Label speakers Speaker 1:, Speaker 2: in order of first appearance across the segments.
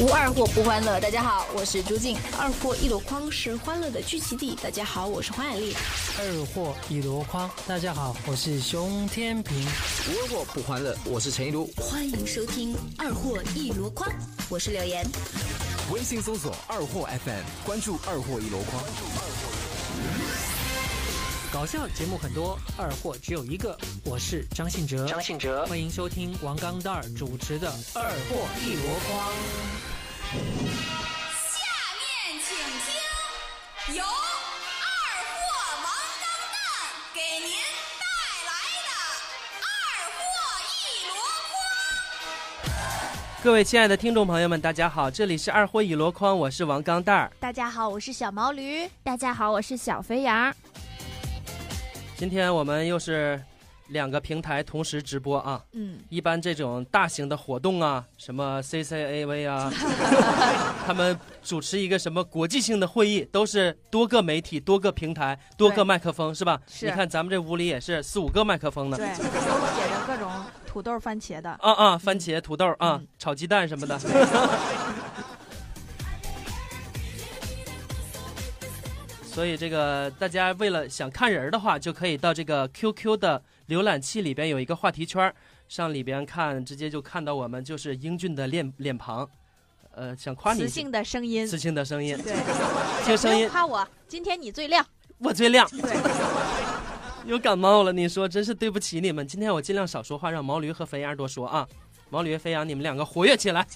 Speaker 1: 无二货不欢乐。大家好，我是朱静。二货一箩筐是欢乐的聚集地。大家好，我是黄雅莉。
Speaker 2: 二货一箩筐，大家好，我是熊天平。
Speaker 3: 无货不欢乐，我是陈一如。
Speaker 1: 欢迎收听《二货一箩筐》，我是柳岩。
Speaker 3: 微信搜索“二货 FM”，关注“二货一箩筐
Speaker 2: 搞笑节目很多，二货只有一个。我是张信哲，
Speaker 4: 张信哲，
Speaker 2: 欢迎收听王刚蛋儿主持的《二货一箩筐》。
Speaker 5: 下面请听由二货王刚蛋给您带来的《二货一箩筐》。
Speaker 6: 各位亲爱的听众朋友们，大家好，这里是二货一箩筐，我是王刚蛋儿。
Speaker 7: 大家好，我是小毛驴。
Speaker 8: 大家好，我是小肥羊。
Speaker 6: 今天我们又是两个平台同时直播啊。
Speaker 7: 嗯，
Speaker 6: 一般这种大型的活动啊，什么 CCAV 啊，他们主持一个什么国际性的会议，都是多个媒体、多个平台、多个麦克风，是吧？
Speaker 7: 是
Speaker 6: 你看咱们这屋里也是四五个麦克风呢。
Speaker 7: 对，写着各种土豆、番茄的。
Speaker 6: 啊啊，番茄、土豆啊，
Speaker 7: 嗯
Speaker 6: 炒鸡蛋什么 的。所以这个大家为了想看人儿的话，就可以到这个 QQ 的浏览器里边有一个话题圈儿，上里边看，直接就看到我们就是英俊的脸脸庞，呃，想夸你一
Speaker 7: 磁
Speaker 6: 句
Speaker 7: 性的声音，
Speaker 6: 磁性的声音，
Speaker 7: 对，
Speaker 6: 听
Speaker 7: 不
Speaker 6: 声
Speaker 7: 用
Speaker 6: 音
Speaker 7: 夸我，今天你最 亮。
Speaker 6: 我最亮。
Speaker 7: 对，
Speaker 6: 有感冒了，你说真是对不起你们。今天我尽量少说话，让毛驴和肥羊多说啊。毛驴、肥羊，你们两个活跃起来。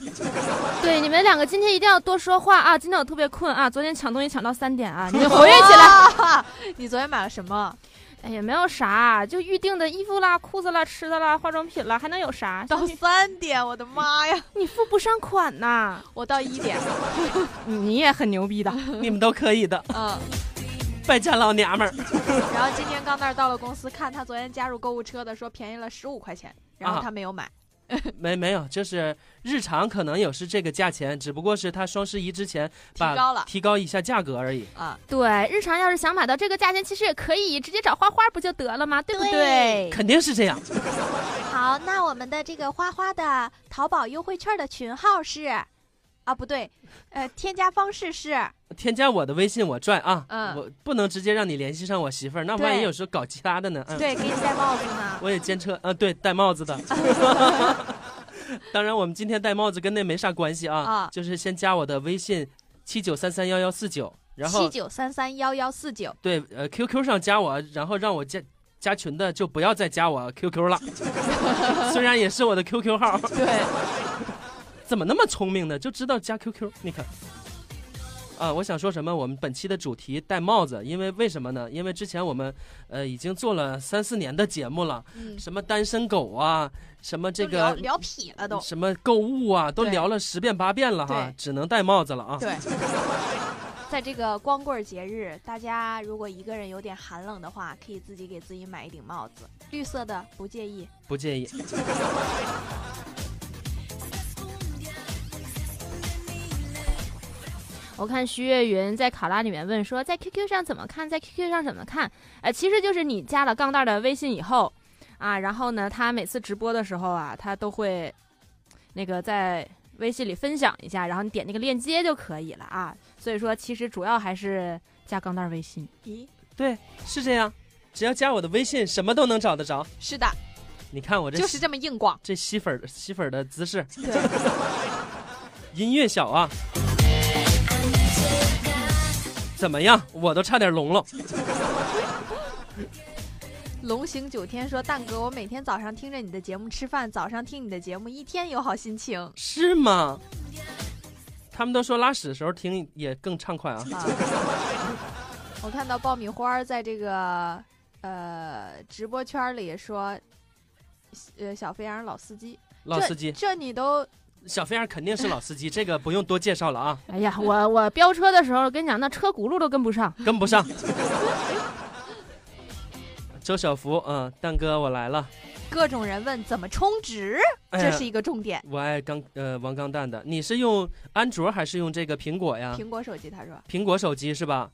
Speaker 8: 对，你们两个今天一定要多说话啊！今天我特别困啊，昨天抢东西抢到三点啊，你们活跃起来。
Speaker 7: 来。你昨天买了什么？
Speaker 8: 哎呀，没有啥，就预定的衣服啦、裤子啦、吃的啦、化妆品啦，还能有啥？
Speaker 7: 到
Speaker 8: 你
Speaker 7: 三点，我的妈呀！
Speaker 8: 你付不上款呐！
Speaker 7: 我到一点。
Speaker 8: 你也很牛逼的。
Speaker 6: 你们都可以的，
Speaker 7: 嗯，
Speaker 6: 败家老娘们儿。
Speaker 7: 然后今天刚那儿到了公司，看他昨天加入购物车的，说便宜了十五块钱，然后
Speaker 6: 啊
Speaker 7: 他没有买。
Speaker 6: 没没有，就是日常可能有是这个价钱，只不过是他双十一之前把
Speaker 7: 提高了
Speaker 6: 提高一下价格而已。
Speaker 7: 啊，
Speaker 8: 对，日常要是想买到这个价钱，其实也可以直接找花花不就得了吗？对不对？
Speaker 6: 肯定是这样，
Speaker 7: 好，那我们的这个花花的淘宝优惠券的群号是，啊不对，呃，添加方式是
Speaker 6: 添加我的微信我赚啊，
Speaker 7: 嗯
Speaker 6: 我不能直接让你联系上我媳妇儿，那
Speaker 7: 对
Speaker 6: 万一有时候搞其他的呢？嗯，
Speaker 7: 对，给你戴帽子呢。
Speaker 6: 我也监车，嗯，对，戴帽子的。 当然，我们今天戴帽子跟那没啥关系啊，
Speaker 7: 啊
Speaker 6: 就是先加我的微信七九三三幺幺四九，然后
Speaker 7: 七九三三幺幺四九，
Speaker 6: 对，呃，QQ 上加我，然后让我加加群的就不要再加我 QQ 了，虽然也是我的 QQ 号，
Speaker 7: 对，
Speaker 6: 怎么那么聪明呢？就知道加 QQ，你看。啊，我想说什么？我们本期的主题戴帽子，因为为什么呢？因为之前我们，呃，已经做了三四年的节目了，
Speaker 7: 嗯，
Speaker 6: 什么单身狗啊，什么这
Speaker 7: 都聊
Speaker 6: 个
Speaker 7: 聊痞了都，
Speaker 6: 什么购物啊，都
Speaker 7: 对
Speaker 6: 聊了十遍八遍了哈
Speaker 7: 对，
Speaker 6: 只能戴帽子了啊。
Speaker 7: 对。在这个光棍节日，大家如果一个人有点寒冷的话，可以自己给自己买一顶帽子，绿色的不介意。
Speaker 6: 不介意。
Speaker 8: 我看徐月云在考拉里面问说，在 QQ 上怎么看，在 QQ 上怎么看？呃，其实就是你加了杠蛋儿的微信以后，啊，然后呢，他每次直播的时候啊，他都会那个在微信里分享一下，然后你点那个链接就可以了啊。所以说，其实主要还是加杠蛋儿微信。
Speaker 7: 咦，
Speaker 6: 对，是这样，只要加我的微信，什么都能找得着。
Speaker 7: 是的，
Speaker 6: 你看我这
Speaker 7: 就是这么硬广。
Speaker 6: 这吸粉儿吸粉儿的姿势，
Speaker 7: 对，
Speaker 6: 音乐小啊，怎么样？我都差点聋了。
Speaker 7: 龙行九天说：“蛋哥，我每天早上听着你的节目吃饭，早上听你的节目，一天有好心情
Speaker 6: 是吗？他们都说拉屎的时候听也更畅快啊。
Speaker 7: 啊。”我看到爆米花儿在这个呃直播圈儿里说，呃，小飞羊老司机，
Speaker 6: 老司机
Speaker 7: 这，这你都
Speaker 6: 小飞儿肯定是老司机，这个不用多介绍了啊，
Speaker 8: 哎呀，我我飙车的时候，跟你讲，那车轱辘都跟不上。
Speaker 6: 跟不上。 周小福，嗯、蛋哥我来了。
Speaker 7: 各种人问怎么充值，
Speaker 6: 哎呀
Speaker 7: 这是一个重点。
Speaker 6: 我爱刚呃王刚蛋的，你是用安卓还是用这个苹果呀？
Speaker 7: 苹果手机，他说。
Speaker 6: 苹果手机是吧？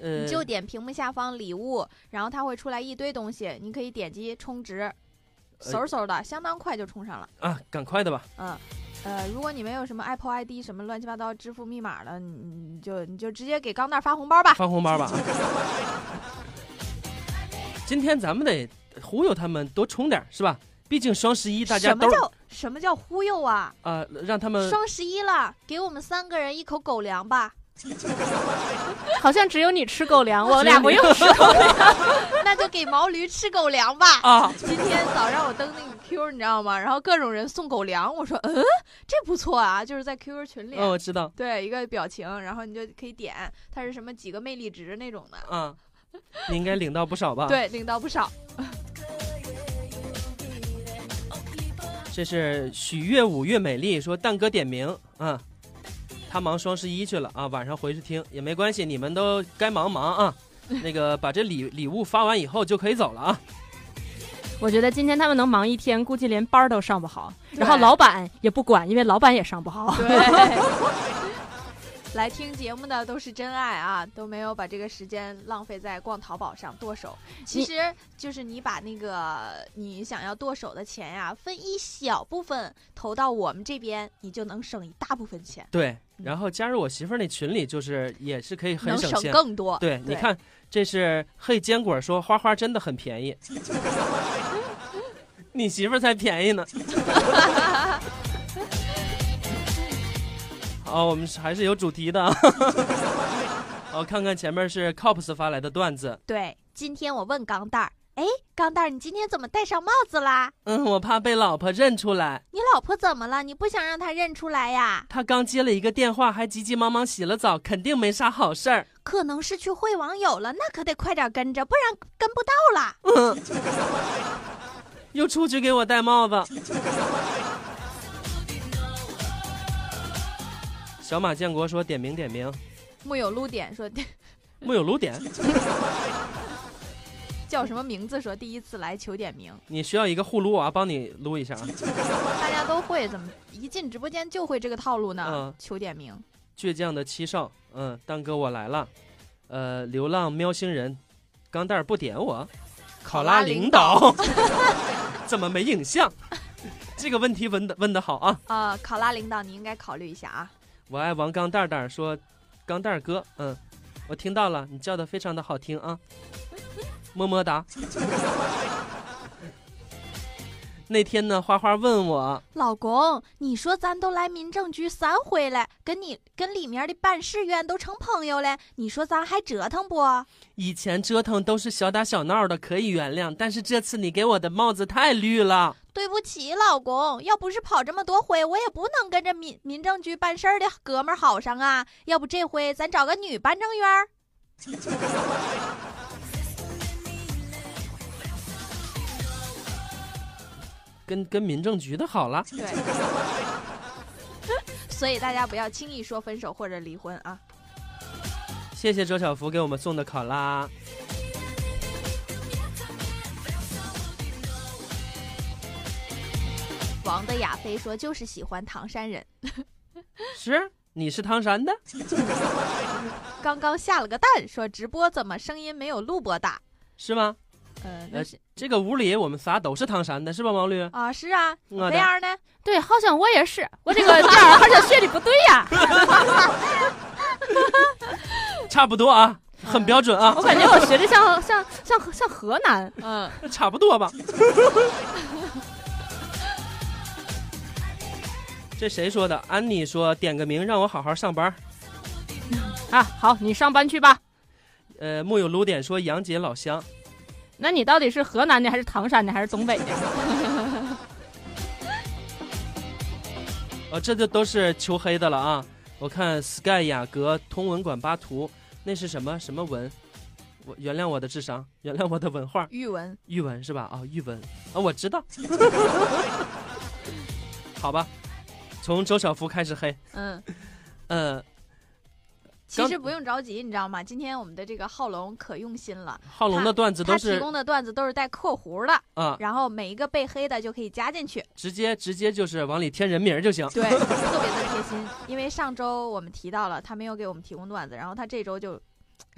Speaker 6: 呃
Speaker 7: 你，就点屏幕下方礼物，然后它会出来一堆东西，你可
Speaker 6: 呃
Speaker 7: 以点击充值，嗖嗖的，相当快就充上了。
Speaker 6: 啊，赶快的吧。
Speaker 7: 嗯，呃，如果你没有什么 Apple ID 什么乱七八糟支付密码了，你你就你就直接给钢蛋儿发红包吧。
Speaker 6: 发红包吧。 今天咱们得忽悠他们多充点儿，是吧？毕竟双十一大家
Speaker 7: 什么
Speaker 6: 都
Speaker 7: 叫什么叫忽悠啊？
Speaker 6: 啊、让他们
Speaker 7: 双十一了，给我们三个人一口狗粮吧。
Speaker 8: 好像只有你吃狗 粮，我俩不用吃。
Speaker 7: 那就给毛驴吃狗粮吧。
Speaker 6: 啊，
Speaker 7: 今天早上我登那个 Q，你知道吗？然后各种人送狗粮，我说，嗯，这不错啊，就是在 QQ 群里，
Speaker 6: 嗯，我知道，
Speaker 7: 对一个表情，然后你就可以点，它是什么几个魅力值那种的，
Speaker 6: 啊，你应该领到不少吧？，
Speaker 7: 对，领到 不少。
Speaker 6: 这是许悦五月美丽说蛋哥点名，啊，他忙双十一去了啊，晚上回去听也没关系，你们都该忙忙 啊。那个把这礼礼物发完以后就可以走了啊。
Speaker 8: 我觉得今天他们能忙一天，估计连班儿都上不好，
Speaker 7: 对
Speaker 8: 然后老板也不管，因为老板也上不好。
Speaker 7: 对，来听节目的都是真爱啊，都没有把这个时间浪费在逛淘宝上剁手。其
Speaker 8: 你
Speaker 7: 实就是你把那个你想要剁手的钱呀、分一小部分投到我们这边，你就能省一大部分钱，
Speaker 6: 对，然后加入我媳妇儿那群里，就是也是可以很
Speaker 7: 能
Speaker 6: 省
Speaker 7: 省
Speaker 6: 钱。
Speaker 7: 更多。
Speaker 6: 对，你看，这是嘿坚果说花花真的很便宜， 你媳妇儿才便宜呢。好，哦我们是还是有主题的啊。 好，看看前面是 Cops 发来的段子。
Speaker 7: 对，今天我问钢蛋儿，哎，钢蛋儿，你今天怎么戴上帽子啦？
Speaker 6: 嗯，我怕被老婆认出来。
Speaker 7: 你老婆怎么了？你不想让她认出来呀？
Speaker 6: 她刚接了一个电话，还急急忙忙洗了澡，肯定没啥好事儿。
Speaker 7: 可能是去会网友了，那可得快点跟着，不然跟不到啦。
Speaker 6: 又出去给我戴帽子。小马建国说：“点名点名，
Speaker 7: 木有撸点说
Speaker 6: 木有撸点，
Speaker 7: 叫什么名字说第一次来求点名，
Speaker 6: 你需要一个护撸啊，帮你撸一下啊。
Speaker 7: 大家都会，怎么一进直播间就会这个套路呢？
Speaker 6: 嗯
Speaker 7: 求点名，
Speaker 6: 倔强的七少，嗯，蛋哥我来了，呃，流浪喵星人，钢蛋儿不点我，考拉领导，怎么没影像？这个问题问的问的好啊！
Speaker 7: 呃，考拉领导你应该考虑一下啊。
Speaker 6: 我爱王钢蛋儿蛋儿说，钢蛋儿哥，嗯，我听到了，你叫的非常的好听啊， 么么哒。 那天呢，花花问我，
Speaker 7: 老公，你说咱都来民政局三回了，跟你跟里面的办事员都成朋友了，你说咱还折腾不？
Speaker 6: 以前折腾都是小打小闹的，可以原谅，但是这次你给我的帽子太绿了。
Speaker 7: 对不起，老公，要不是跑这么多回，我也不能跟着民民政局办事儿的哥们儿好上啊。要不这回咱找个女办证员儿。
Speaker 6: 跟跟民政局的好了。
Speaker 7: 对。所以大家不要轻易说分手或者离婚啊！
Speaker 6: 谢谢周小福给我们送的考拉。
Speaker 7: 王的亚飞说就是喜欢唐山人，
Speaker 6: 是，你是唐山的？
Speaker 7: 刚刚下了个蛋，说直播怎么声音没有录播大？
Speaker 6: 是吗？
Speaker 7: 嗯、
Speaker 6: 呃
Speaker 7: 那是
Speaker 6: 这个屋里我们仨都是唐山的，是吧，毛驴？
Speaker 7: 啊，是啊，
Speaker 6: 我
Speaker 7: 这
Speaker 6: 的
Speaker 7: 样呢？
Speaker 8: 对，好像我也是，我 这个调儿好像学的不对呀、
Speaker 6: 差不多啊，很标准啊
Speaker 8: 我， 感觉我学的像像像像河南。
Speaker 7: 嗯，
Speaker 6: 差不多吧。 这谁说的？安妮说点个名让我好好上班。
Speaker 8: 啊，好，你上班去吧。
Speaker 6: 呃，木有撸点说杨姐老乡，
Speaker 8: 那你到底是河南的，还是唐山的，还是东北的？
Speaker 6: 呃，这就都是求黑的了啊。我看 Sky 雅阁通文馆巴图，那是什么什么文？我原谅我的智商，原谅我的文化。
Speaker 7: 玉文
Speaker 6: 玉文是吧？啊、玉文啊，我知道。 好吧，从周小福开始黑。
Speaker 7: 嗯，
Speaker 6: 呃，
Speaker 7: 其实不用着急，你知道吗？今天我们的这个浩龙可用心了，
Speaker 6: 浩龙的段子
Speaker 7: 他
Speaker 6: 都
Speaker 7: 提
Speaker 6: 是
Speaker 7: 供的段子都是带括弧的，
Speaker 6: 啊、
Speaker 7: 然后每一个被黑的就可以加进去，
Speaker 6: 直接直接就是往里添人名儿就行。
Speaker 7: 对，特别的贴心。因为上周我们提到了他没有给我们提供段子，然后他这周就
Speaker 6: 一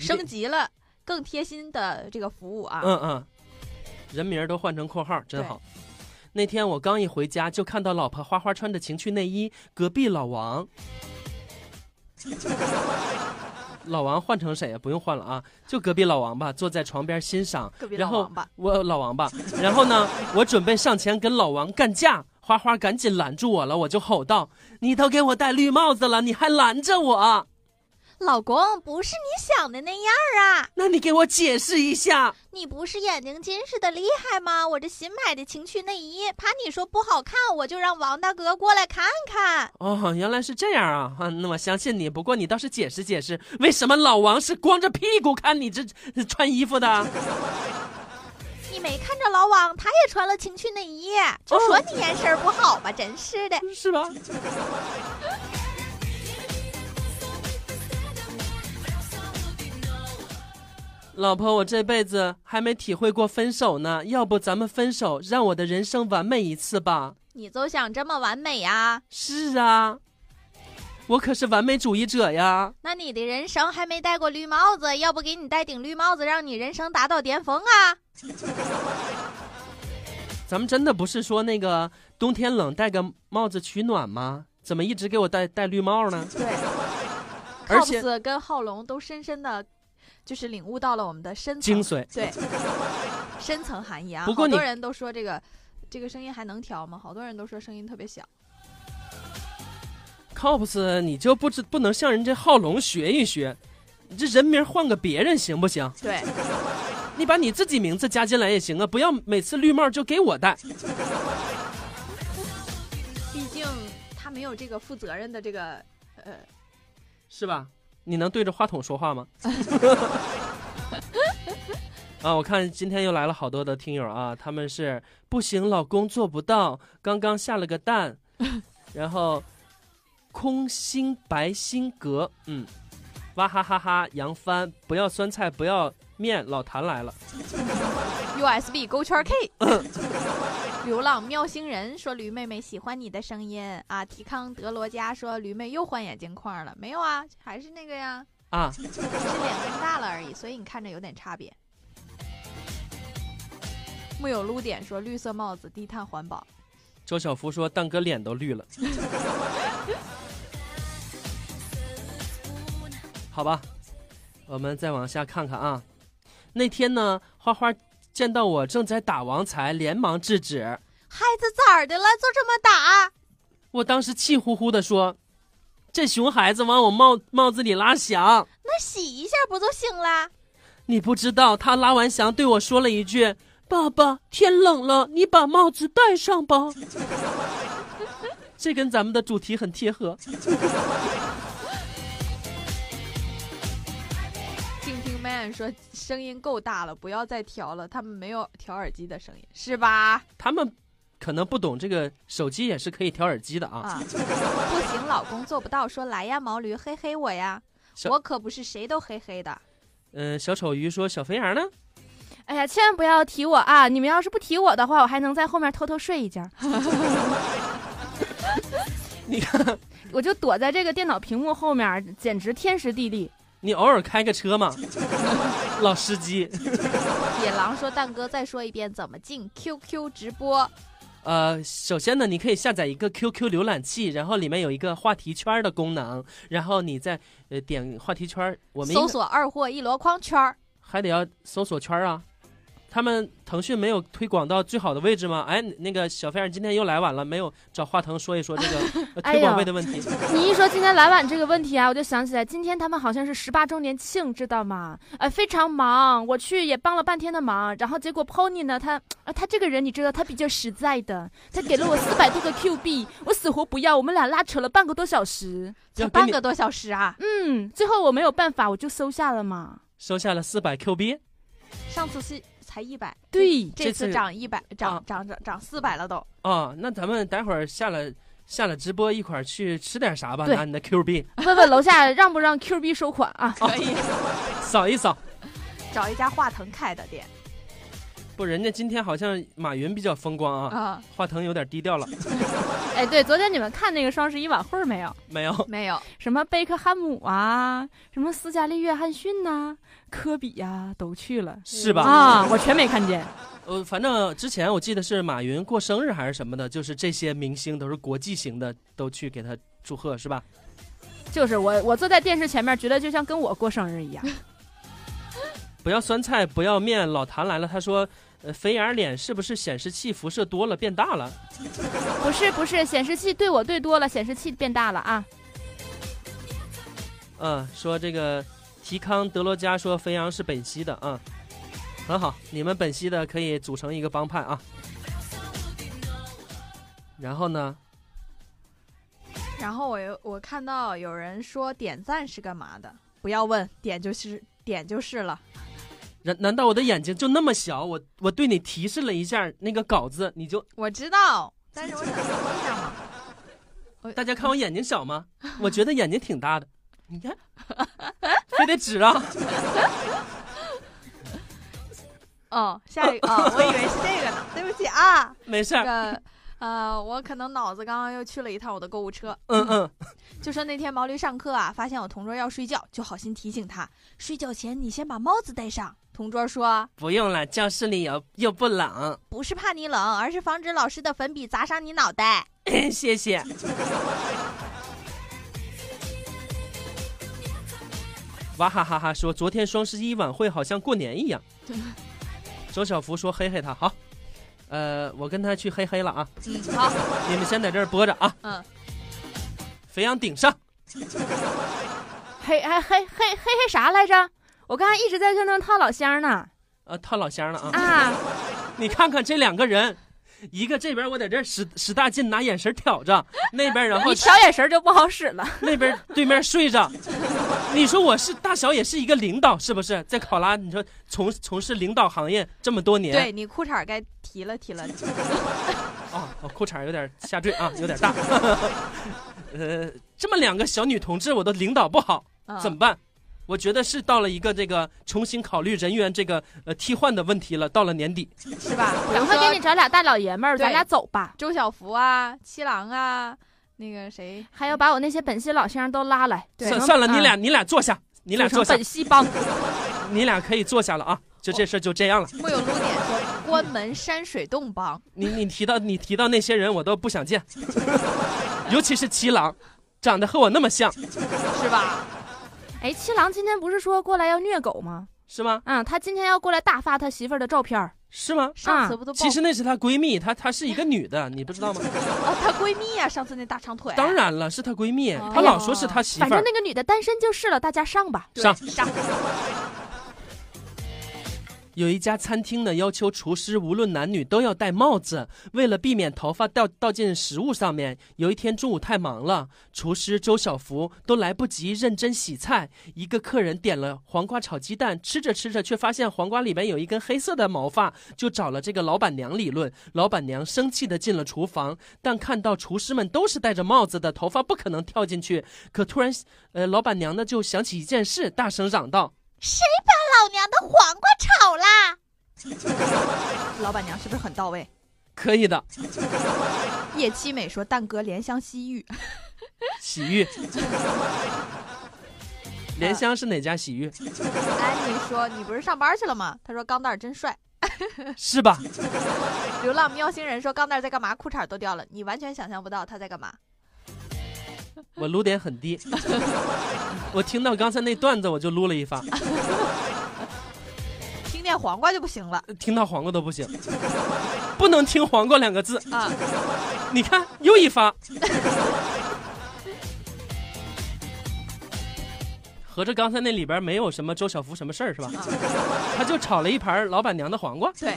Speaker 6: 定
Speaker 7: 升级了更贴心的这个服务啊。
Speaker 6: 嗯嗯嗯，人名儿都换成括号，真
Speaker 7: 对
Speaker 6: 好。那天我刚一回家，就看到老婆花花穿着情趣内衣，隔壁老 王。老王换成谁呀、不用换了啊，就隔壁老王吧，坐在床边欣赏。
Speaker 7: 隔壁
Speaker 6: 然
Speaker 7: 老
Speaker 6: 后
Speaker 7: 王八，
Speaker 6: 我老王吧，然后呢，我准备上前跟老王干架，花花赶紧拦住我了，我就吼道：“你都给我戴绿帽子了，你还拦着我？
Speaker 4: 老公，不是你想的那样儿啊！
Speaker 6: 那你给我解释一下。
Speaker 4: 你不是眼睛近视的厉害吗？我这新买的情趣内衣，怕你说不好看，我就让王大哥过来看看”。
Speaker 6: 哦，原来是这样啊！啊，那我相信你，不过你倒是解释解释，为什么老王是光着屁股看你这这穿衣服的？
Speaker 4: 你没看着老王，他也穿了情趣内衣，就说你眼神儿不好吧，真是的。
Speaker 6: 是吧？老婆，我这辈子还没体会过分手呢，要不咱们分手，让我的人生完美一次吧？
Speaker 4: 你就想这么完美呀、
Speaker 6: 是啊，我可是完美主义者呀！
Speaker 4: 那你的人生还没戴过绿帽子，要不给你戴顶绿帽子，让你人生达到巅峰啊！
Speaker 6: 咱们真的不是说那个冬天冷戴个帽子取暖吗？怎么一直给我戴戴绿帽呢？
Speaker 7: 对
Speaker 6: 而且
Speaker 7: ，Cops 跟浩龙都深深的，就是领悟到了我们的 深
Speaker 6: 精
Speaker 7: 层
Speaker 6: 髓，
Speaker 7: 对深层含义啊。
Speaker 6: 不过
Speaker 7: 好多
Speaker 6: 你
Speaker 7: 人都说这个这个声音还能调吗？好多人都说声音特别小。
Speaker 6: Cops，你就不知不能向人家浩龙学一学？你这人名换个别人行不行？
Speaker 7: 对，
Speaker 6: 你把你自己名字加进来也行啊，不要每次绿帽就给我戴。
Speaker 7: 毕竟他没有这个负责任的这个呃，
Speaker 6: 是吧？你能对着话筒说话 吗？啊，我看今天又来了好多的听友啊，他们是不行，老公做不到，刚刚下了个 蛋，然后空心白心格，嗯，哇哈哈哈，扬帆，不要酸菜，不要面，老谭来了，
Speaker 7: USB 勾圈 K。流浪喵星人说：“驴妹妹喜欢你的声音啊！”提康德罗加说：“驴妹又换眼镜框了，没有啊，还是那个呀，
Speaker 6: 啊，
Speaker 7: 只是脸更大了而已，所以你看着有点差别。”木有撸点说：“绿色帽子，低碳环保。
Speaker 6: 周小福说蛋哥脸都绿了。好吧，我们再往下看看啊。那天呢，花花见到我正在打王才，连忙制止。
Speaker 4: 孩子咋儿的了？就这么打？
Speaker 6: 我当时气呼呼地说：“这熊孩子往我帽帽子里拉翔，
Speaker 4: 那洗一下不就行了？
Speaker 6: 你不知道他拉完翔对我说了一句：‘爸爸，天冷了，你把帽子戴上吧。’ 这跟咱们的主题很贴合。””
Speaker 7: 静听 man 说：“声音够大了，不要再调了，他们没有调耳机的声音，是吧？
Speaker 6: 他们可能不懂这个手机也是可以调耳机的啊。
Speaker 7: 啊，不行，老公做不到。说来呀，毛驴，嘿嘿我呀，
Speaker 6: 小
Speaker 7: 我可不是谁都嘿嘿的。”
Speaker 6: 嗯、小丑鱼说小肥羊呢？
Speaker 8: 哎呀，千万不要提我啊！你们要是不提我的话，我还能在后面偷偷睡一觉。
Speaker 6: 你看，
Speaker 8: 我就躲在这个电脑屏幕后面，简直天时地利。
Speaker 6: 你偶尔开个 车嘛，老司机。
Speaker 7: 野狼说：“蛋哥，再说一遍，怎么进 QQ 直播？
Speaker 6: 呃，首先呢，你可以下载一个 QQ 浏览器，然后里面有一个话题圈的功能，然后你再呃点话题圈，我们应
Speaker 7: 搜索二货一箩筐圈儿。
Speaker 6: 还得要搜索圈啊。他们腾讯没有推广到最好的位置吗？哎，那个小飞儿今天又来晚了，没有找华腾说一说这 个呃
Speaker 8: 哎呦
Speaker 6: 推广位的问题。
Speaker 8: 你一说今天来晚这个问题啊，我就想起来，今天他们好像是十八周年庆，知道吗？呃，非常忙，我去也帮了半天的忙，然后结果 Pony 呢，他啊，他这个人你知道，他比较实在的，他给了我四百多个 Q 币，我死活不要，我们俩拉扯了半个多小时，
Speaker 7: 才
Speaker 6: 要跟
Speaker 7: 半
Speaker 6: 你
Speaker 7: 个多小时啊！
Speaker 8: 嗯，最后我没有办法，我就收下了嘛。
Speaker 6: 收下了四百 Q 币，
Speaker 7: 上次是才一百，
Speaker 8: 对
Speaker 7: 这
Speaker 6: 这
Speaker 7: 次嗯
Speaker 6: 次
Speaker 7: 涨一百，
Speaker 6: 啊
Speaker 7: 涨涨涨涨四百了都。
Speaker 6: 哦，那咱们待会儿下了下了直播一块儿去吃点啥吧，
Speaker 8: 对
Speaker 6: 拿你的 Q 币
Speaker 8: 问问楼下让不让 Q 币收款啊？
Speaker 7: 可以
Speaker 6: 扫一扫。
Speaker 7: 找一家华腾开的店
Speaker 6: 不，人家今天好像马云比较风光啊，
Speaker 7: 啊！
Speaker 6: 华腾有点低调了。
Speaker 8: 哎，哎，对，昨天你们看那个双十一晚会儿没有？
Speaker 6: 没有，
Speaker 7: 没有，
Speaker 8: 什么贝克汉姆啊，什么斯嘉丽约翰逊呐、科比呀、都去了
Speaker 6: 是吧？
Speaker 8: 啊，我全没看见。
Speaker 6: 嗯呃，反正之前我记得是马云过生日还是什么的，就是这些明星都是国际型的，都去给他祝贺，是吧？
Speaker 8: 就是我，我坐在电视前面，觉得就像跟我过生日一样。
Speaker 6: 不要酸菜，不要面。老谭来了，他说，呃，肥眼脸是不是显示器辐射多了变大了？
Speaker 8: 不是不是，显示器对我对多了，显示器变大了啊。
Speaker 6: 嗯，说这个提康德罗加说肥羊是本溪的啊、很好，你们本溪的可以组成一个帮派啊。然后呢，
Speaker 7: 然后我又我看到有人说点赞是干嘛的，不要问，点就是点就是了。
Speaker 6: 难难道我的眼睛就那么小？我我对你提示了一下那个稿子，你就
Speaker 7: 我知道， 但是我想说一下嘛。
Speaker 6: 大家看我眼睛小吗？我觉得眼睛挺大的，你 看，非得指啊。
Speaker 7: 哦， 下一个哦，我以为是这个呢，对不起啊，
Speaker 6: 没事
Speaker 7: 这
Speaker 6: 儿，
Speaker 7: 个呃，我可能脑子刚刚又去了一趟我的购物车。
Speaker 6: 嗯嗯，
Speaker 7: 就说那天毛驴上课啊，发现我同桌要睡觉，就好心提醒他，睡觉前你先把帽子戴上。同桌说，
Speaker 6: 不用了，教室里又又不冷，
Speaker 7: 不是怕你冷，而是防止老师的粉笔砸伤你脑袋。
Speaker 6: 谢 谢。哇哈哈哈说，昨天双十一晚会好像过年一样。周小福说：“黑黑他好，呃，我跟他去黑黑了啊，
Speaker 7: 嗯，好，
Speaker 6: 你们先在这儿播着啊。”
Speaker 7: 嗯，
Speaker 6: 肥羊顶上，
Speaker 8: 嘿哎嘿嘿嘿嘿啥来着？我刚才一直在跟他们套老乡呢
Speaker 6: 呃，套老乡了啊。
Speaker 8: 啊！
Speaker 6: 你看看这两个人，一个这边我在这儿使使大劲拿眼神挑 着，那边然后
Speaker 8: 一挑眼神就不好使了。
Speaker 6: 那边对面睡着。你说我是大小也是一个领导，是不是？在考拉，你说从从事领导行业这么多年，
Speaker 7: 对你裤衩该提了提了。
Speaker 6: 嗯哦，我裤衩有点下坠啊，有点大。 呃，这么两个小女同志，我都领导不好，
Speaker 7: 嗯、
Speaker 6: 怎么办？我觉得是到了一个这个重新考虑人员这个呃替换的问题了。到了年底，
Speaker 7: 是吧？比
Speaker 8: 赶
Speaker 7: 如
Speaker 8: 快给你
Speaker 7: 说
Speaker 8: 找俩大老爷们儿，
Speaker 7: 对
Speaker 8: 咱俩走吧。
Speaker 7: 周小福啊、七郎啊，那个谁，
Speaker 8: 还要把我那些本溪老乡都拉来。
Speaker 7: 对
Speaker 6: 算
Speaker 8: 成
Speaker 6: 算了，
Speaker 8: 啊
Speaker 6: 你俩你俩坐下，你俩
Speaker 8: 组成
Speaker 6: 坐下
Speaker 8: 本，溪帮。
Speaker 6: 你俩可以坐下了啊。就这事儿就这样了。
Speaker 7: 木有撸点说关门山水洞帮，
Speaker 6: 你你提到你提到那些人，我都不想见，尤其是齐郎，长得和我那么像，
Speaker 7: 是吧？
Speaker 8: 哎，七郎今天不是说过来要虐狗吗？
Speaker 6: 是吗？
Speaker 8: 啊、他今天要过来大发他媳妇儿的照片儿。
Speaker 6: 是吗？
Speaker 7: 上次不都爆
Speaker 6: 啊其实那是她闺蜜，她她是一个女的，你不知道吗？
Speaker 7: 哦，她闺蜜呀、上次那大长腿，
Speaker 6: 当然了，是她闺蜜，
Speaker 7: 哦
Speaker 6: 她老说是她媳
Speaker 8: 反
Speaker 6: 妇
Speaker 8: 正
Speaker 6: 儿。
Speaker 8: 那个女的单身就是了，大家上吧。
Speaker 7: 对
Speaker 6: 上
Speaker 7: 上，
Speaker 6: 有一家餐厅呢，要求厨师无论男女都要戴帽子，为了避免头发掉掉进食物上面。有一天中午太忙了，厨师周小福都来不及认真洗菜，一个客人点了黄瓜炒鸡蛋，吃着吃着却发现黄瓜里面有一根黑色的毛发，就找了这个老板娘理论。老板娘生气的进了厨房，但看到厨师们都是戴着帽子的，头发不可能跳进去。可突然，呃，老板娘呢就想起一件事，大声嚷道
Speaker 4: 谁把老娘的黄瓜炒啦？
Speaker 7: 老板娘是不是很到位？：“
Speaker 6: 可以的，
Speaker 7: 叶七美说蛋哥怜香惜玉，
Speaker 6: 洗浴。”莲香是哪家洗浴？
Speaker 7: 安妮说你不是上班去了吗？她说钢蛋儿真帅。
Speaker 6: 是吧？
Speaker 7: 流浪喵星人说钢蛋儿在干嘛？裤衩都掉了，你完全想象不到他在干嘛。
Speaker 6: 我撸点很低， 我听到刚才那段子我就撸了一发，
Speaker 7: 听见黄瓜就不行了
Speaker 6: 听到黄瓜都不行， 不能听黄瓜两个字。
Speaker 7: 啊！
Speaker 6: 你看，又一发。合着刚才那里边没有什么周小福什么事儿是吧？他就炒了一盘老板娘的黄瓜。
Speaker 7: 对，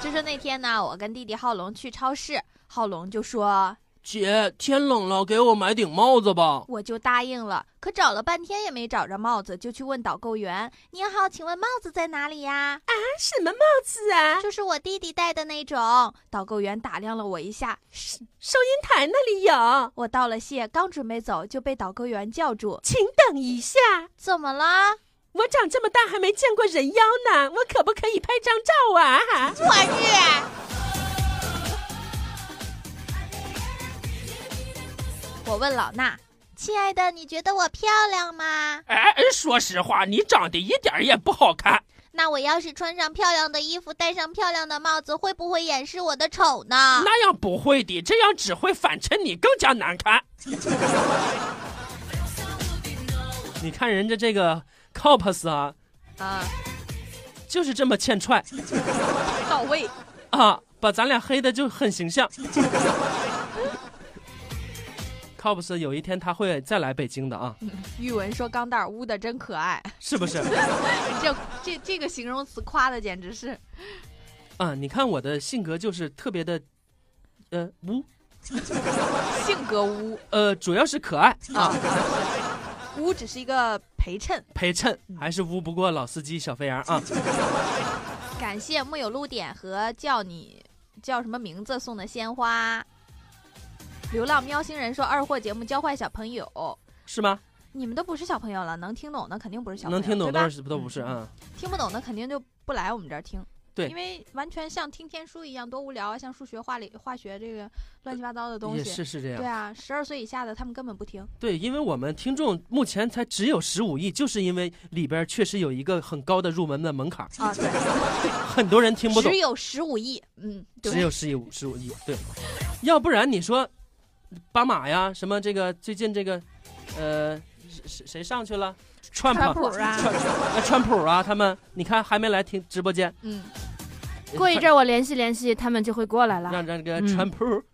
Speaker 7: 就是那天呢，我跟弟弟浩龙去超市，浩龙就说
Speaker 6: 姐，天冷了，给我买顶帽子吧。
Speaker 7: 我就答应了，可找了半天也没找着帽子，就去问导购员：“你好，请问帽子在哪里呀？”啊，
Speaker 8: 什么
Speaker 7: 帽子啊？就是我弟弟戴的那种。导购员打量了我一下，是
Speaker 8: 收银台那里有，
Speaker 7: 我道了谢，刚准备走就被导购员叫住
Speaker 8: 请等一下。：“
Speaker 7: 怎么了？
Speaker 8: 我长这么大还没见过人妖呢，我可不可以拍张照啊？
Speaker 4: 我日！
Speaker 9: 我问老衲：“亲爱的，你觉得我漂亮吗？
Speaker 6: 哎，说实话，你长得一点儿也不好看。
Speaker 9: 那我要是穿上漂亮的衣服，戴上漂亮的帽子，会不会掩饰我的丑呢？”
Speaker 6: 那样不会的，这样只会反衬你更加难看。 你看人家这个 Cops 啊，
Speaker 8: 啊，
Speaker 6: 就是这么欠踹
Speaker 8: 到位。
Speaker 6: 啊，把咱俩黑的就很形象。Cops 有一天他会再来北京的啊，
Speaker 8: 玉文说钢蛋儿污的真可爱，
Speaker 6: 是不是？
Speaker 8: 这这这个形容词夸的简直是。
Speaker 6: 啊，你看我的性格就是特别的，呃，无
Speaker 8: 性格污
Speaker 6: 呃，主要是可爱
Speaker 8: 啊， 污只是一个陪衬。
Speaker 6: 陪衬，
Speaker 8: 嗯
Speaker 6: 还是污不过老司机小肥羊啊。
Speaker 8: 感谢木有露点和叫你叫什么名字送的鲜花。流浪喵星人说二货节目教坏小朋友，
Speaker 6: 是吗？
Speaker 8: 你们都不是小朋友了，能听懂的肯定不是小朋友，
Speaker 6: 能听懂
Speaker 8: 对吧
Speaker 6: 都是都不是
Speaker 8: 嗯
Speaker 6: 啊。
Speaker 8: 听不懂的肯定就不来我们这儿听。
Speaker 6: 对
Speaker 8: 因为完全像听天书一样，多无聊啊！像数学、化理、化学这个乱七八糟的东
Speaker 6: 也
Speaker 8: 西。
Speaker 6: 是是这
Speaker 8: 对
Speaker 6: 样，
Speaker 8: 啊，十二岁以下的他们根本不听。
Speaker 6: 对，因为我们听众目前才只有十五亿，就是因为里边确实有一个很高的入门的门槛儿，
Speaker 8: 啊，对，
Speaker 6: 很多人听不懂
Speaker 8: 只，有十五亿，嗯，
Speaker 6: 只
Speaker 8: 对，
Speaker 6: 有十五十五亿，对，要不然你说巴马呀，什么这个最近这个，呃，谁谁谁上去了？川 普
Speaker 8: 川
Speaker 6: 啊
Speaker 8: 普啊，
Speaker 6: 呃川普啊，他们你看还没来听直播间，
Speaker 8: 嗯，
Speaker 10: 过一阵儿我联系联系，他们就会过来了。
Speaker 6: 让让这个
Speaker 10: 嗯
Speaker 6: 川普，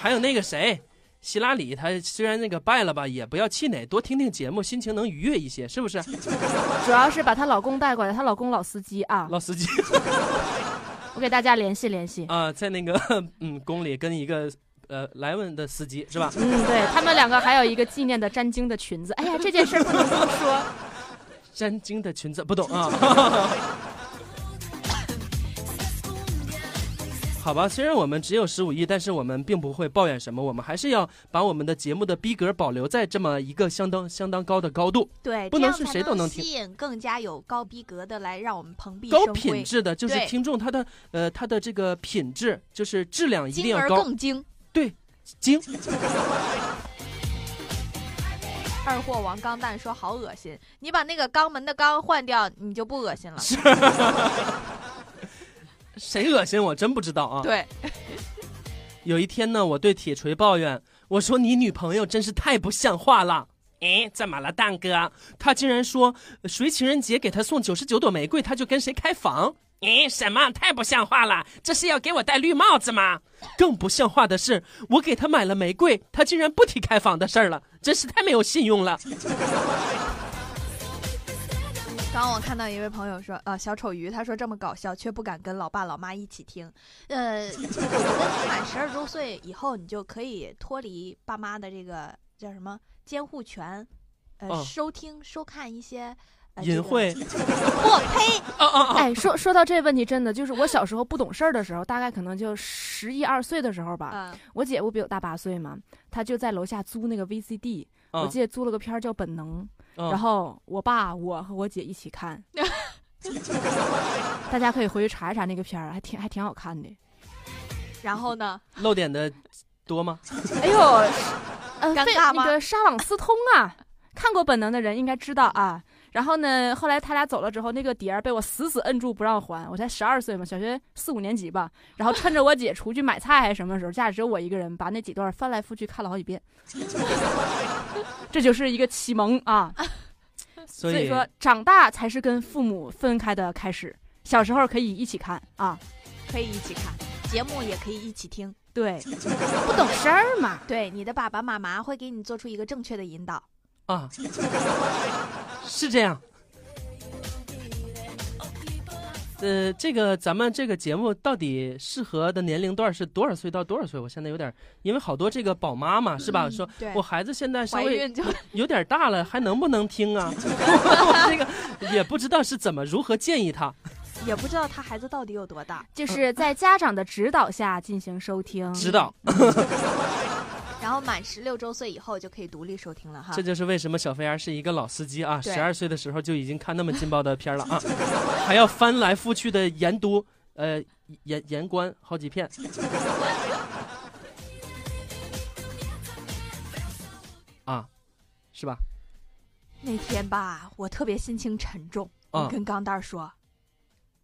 Speaker 6: 还有那个谁，希拉里，他虽然那个败了吧，也不要气馁，多听听节目，心情能愉悦一些，是不是？
Speaker 10: 主要是把她老公带过来，她老公老司机啊，
Speaker 6: 老司机
Speaker 10: 我给大家联系联系。
Speaker 6: 啊、在那个嗯宫里跟一个呃莱文的司机是吧？
Speaker 10: 嗯，对他们两个还有一个纪念的占经的裙子。哎呀，这件事儿不能不说。
Speaker 6: 沾巾的裙子不懂啊。 好吧，虽然我们只有十五亿，但是我们并不会抱怨什么，我们还是要把我们的节目的逼格保留在这么一个相当相当高的高度，
Speaker 8: 对，
Speaker 6: 不
Speaker 8: 这
Speaker 6: 能
Speaker 8: 样
Speaker 6: 是
Speaker 8: 才
Speaker 6: 谁都能听
Speaker 8: 吸引更加有高逼格的来让我们蓬荜
Speaker 6: 高
Speaker 8: 生
Speaker 6: 品
Speaker 8: 辉，
Speaker 6: 质的，就是
Speaker 8: 对
Speaker 6: 听众他的呃他的这个品质就是质量一定
Speaker 8: 精
Speaker 6: 要
Speaker 8: 而
Speaker 6: 高，
Speaker 8: 更精。
Speaker 6: 精
Speaker 8: 二货王钢蛋说好恶心，你把那个肛门的肛换掉，你就不恶心了。
Speaker 6: 谁恶心我真不知道啊。
Speaker 8: 对，
Speaker 6: 有一天呢，我对铁锤抱怨，我说你女朋友真是太不像话了。哎，怎么了，蛋哥？他竟然说谁情人节给他送九十九朵玫瑰，他就跟谁开房。哎，什么？太不像话了！这是要给我戴绿帽子吗？更不像话的是，我给他买了玫瑰，他竟然不提开房的事儿了，真是太没有信用了。
Speaker 8: 刚刚我看到一位朋友说，呃，小丑鱼他说这么搞笑，却不敢跟老爸老妈一起听。呃， 我觉得你满十二周岁以后，你就可以脱离爸妈的这个叫什么监护权，呃，
Speaker 6: 哦
Speaker 8: 收听收看一些。呃
Speaker 6: 隐晦，
Speaker 8: 我呸！
Speaker 6: 啊啊啊！
Speaker 10: 哎，说说到这个问题，真的就是我小时候不懂事儿的时候，大概可能就十一二岁的时候吧。
Speaker 8: 啊，
Speaker 10: 我姐不比我大八岁嘛，她就在楼下租那个 VCD，
Speaker 6: 啊
Speaker 10: 我记得租了个片儿叫《本能》，
Speaker 6: 嗯
Speaker 10: 然后我爸、我和我姐一起看。大家可以回去查一查那个片儿，还挺还挺好看的。
Speaker 8: 然后呢？
Speaker 6: 漏点的多吗？
Speaker 10: 哎呦，是呃，
Speaker 8: 尴
Speaker 10: 费
Speaker 8: 尬吗
Speaker 10: 那个沙朗斯通啊，看过《本能》的人应该知道啊。然后呢，后来他俩走了之后，那个碟儿被我死死摁住不让还。我才十二岁嘛，小学四五年级吧。然后趁着我姐出去买菜还是什么时候，家里只有我一个人，把那几段翻来覆去看了好几遍。 这就是一个启蒙啊！
Speaker 6: 所
Speaker 10: 所以说，长大才是跟父母分开的开始。小时候可以一起看啊，
Speaker 8: 可以一起看，节目也可以一起听。
Speaker 10: 对，不懂事儿嘛。
Speaker 8: 对，你的爸爸妈妈会给你做出一个正确的引导。
Speaker 6: 啊，是这样。呃，这个咱们这个节目到底适合的年龄段是多少岁到多少岁？我现在有点，因为好多这个宝妈嘛，是吧？说
Speaker 8: 嗯对
Speaker 6: 我孩子现在稍
Speaker 8: 怀
Speaker 6: 微
Speaker 8: 孕就
Speaker 6: 有点大了，还能不能听啊？ 我这个也不知道是怎么如何建议他，
Speaker 8: 也不知道他孩子到底有多大。
Speaker 10: 就是在家长的指导下进行收听，
Speaker 6: 指导。
Speaker 8: 然后满十六周岁以后就可以独立收听了哈
Speaker 6: 这。就是为什么小肥羊是一个老司机啊，
Speaker 8: 啊对
Speaker 6: 十二岁的时候就已经看那么劲爆的片儿了啊，还要翻来覆去的研读，呃， 研研观好几遍。啊是吧？
Speaker 8: 那天吧，我特别心情沉重，
Speaker 6: 嗯
Speaker 8: 我跟钢蛋儿说：“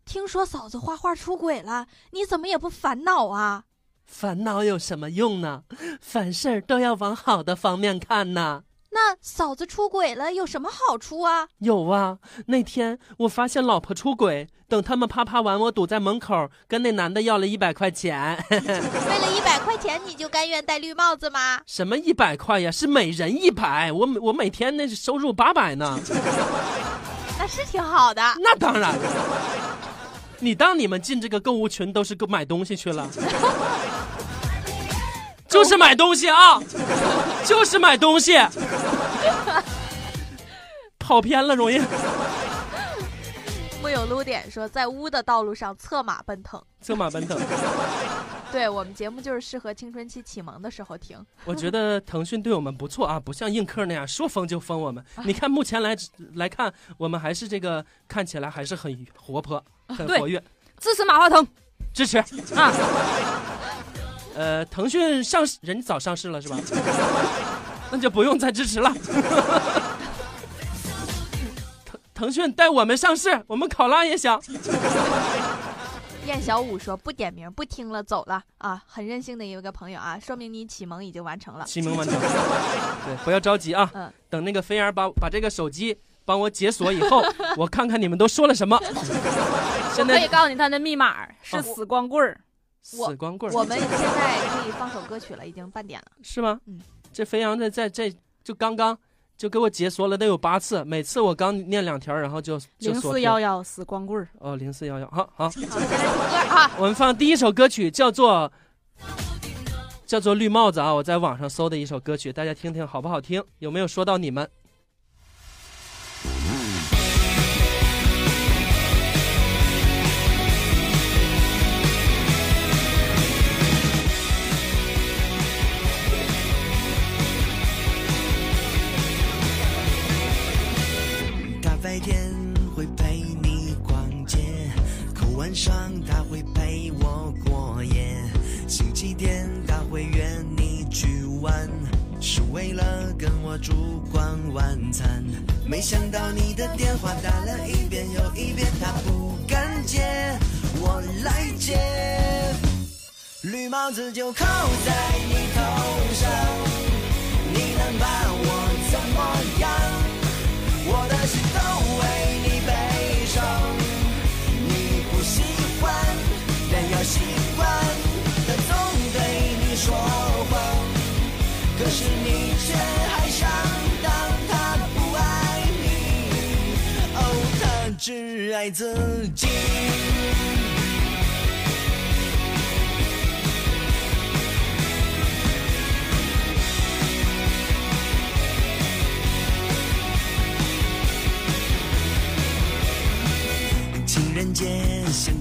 Speaker 8: 听说嫂子画画出轨了，你怎么也不烦恼啊
Speaker 6: 烦恼有什么用呢？凡事都要往好的方面看呐。？”
Speaker 8: 那嫂子出轨了有什么好处啊？
Speaker 6: 有啊，那天我发现老婆出轨，等他们啪啪完，我堵在门口跟那男的要了一百块钱。
Speaker 11: 为了一百块钱，你就甘愿戴绿帽子吗？
Speaker 6: 什么一百块呀？是每人一百，我每我每天那是收入八百呢。
Speaker 11: 那是挺好的。
Speaker 6: 那当然，你当你们进这个购物群都是购买东西去了？就是买东西啊，就是买东西，跑偏了容易。
Speaker 8: 木有撸点说，在污的道路上策马奔腾。
Speaker 6: 策马奔腾，
Speaker 8: 对我们节目就是适合青春期启蒙的时候听。
Speaker 6: 我觉得腾讯对我们不错啊，不像映客那样说封就封我们。
Speaker 10: 啊
Speaker 6: 你看目前来来看，我们还是这个看起来还是很活泼、很活跃，
Speaker 10: 啊支持马化腾
Speaker 6: 支持。
Speaker 10: 啊！
Speaker 6: 呃，腾讯上市，人家早上市了是吧？ 那就不用再支持了。 腾腾讯带我们上市，我们考拉也想。
Speaker 8: 燕小五说不点名不听了走了啊，很任性的一个朋友啊，说明你启蒙已经完成了。
Speaker 6: 启蒙完成，对，不要着急啊，
Speaker 8: 嗯
Speaker 6: 等那个菲儿把把这个手机帮我解锁以后，我看看你们都说了什么。现
Speaker 10: 可以
Speaker 6: 在
Speaker 10: 告诉你他的密码是
Speaker 6: 啊
Speaker 10: 死光棍儿。
Speaker 8: 我
Speaker 6: 死光棍
Speaker 8: 我
Speaker 6: 儿
Speaker 8: 们现在可以放首歌曲了，已经半点了。
Speaker 6: 是吗？
Speaker 8: 嗯
Speaker 6: 这肥羊在在这就刚刚就给我解锁了得有八次，每次我刚念两条，然后就就
Speaker 10: 零
Speaker 6: 锁
Speaker 10: 四
Speaker 6: 屏
Speaker 10: 幺幺死光棍儿，
Speaker 6: 哦零四幺幺，好好。
Speaker 8: 好，先来听歌啊。
Speaker 6: 我们放第一首歌曲叫做叫做《绿帽子》啊，我在网上搜的一首歌曲，大家听听好不好听，有没有说到你们？
Speaker 12: 大白天会陪你逛街，可晚上他会陪我过夜。星期天他会约你去玩，是为了跟我烛光晚餐。没想到你的电话打了一遍又一遍，他不敢接，我来接。绿帽子就扣在你头上，你能把我怎么样？我的心都为你悲伤。你不喜欢，但要习惯，他总对你说谎。可是你却还想当他不爱你，哦，他只爱自己。情人节想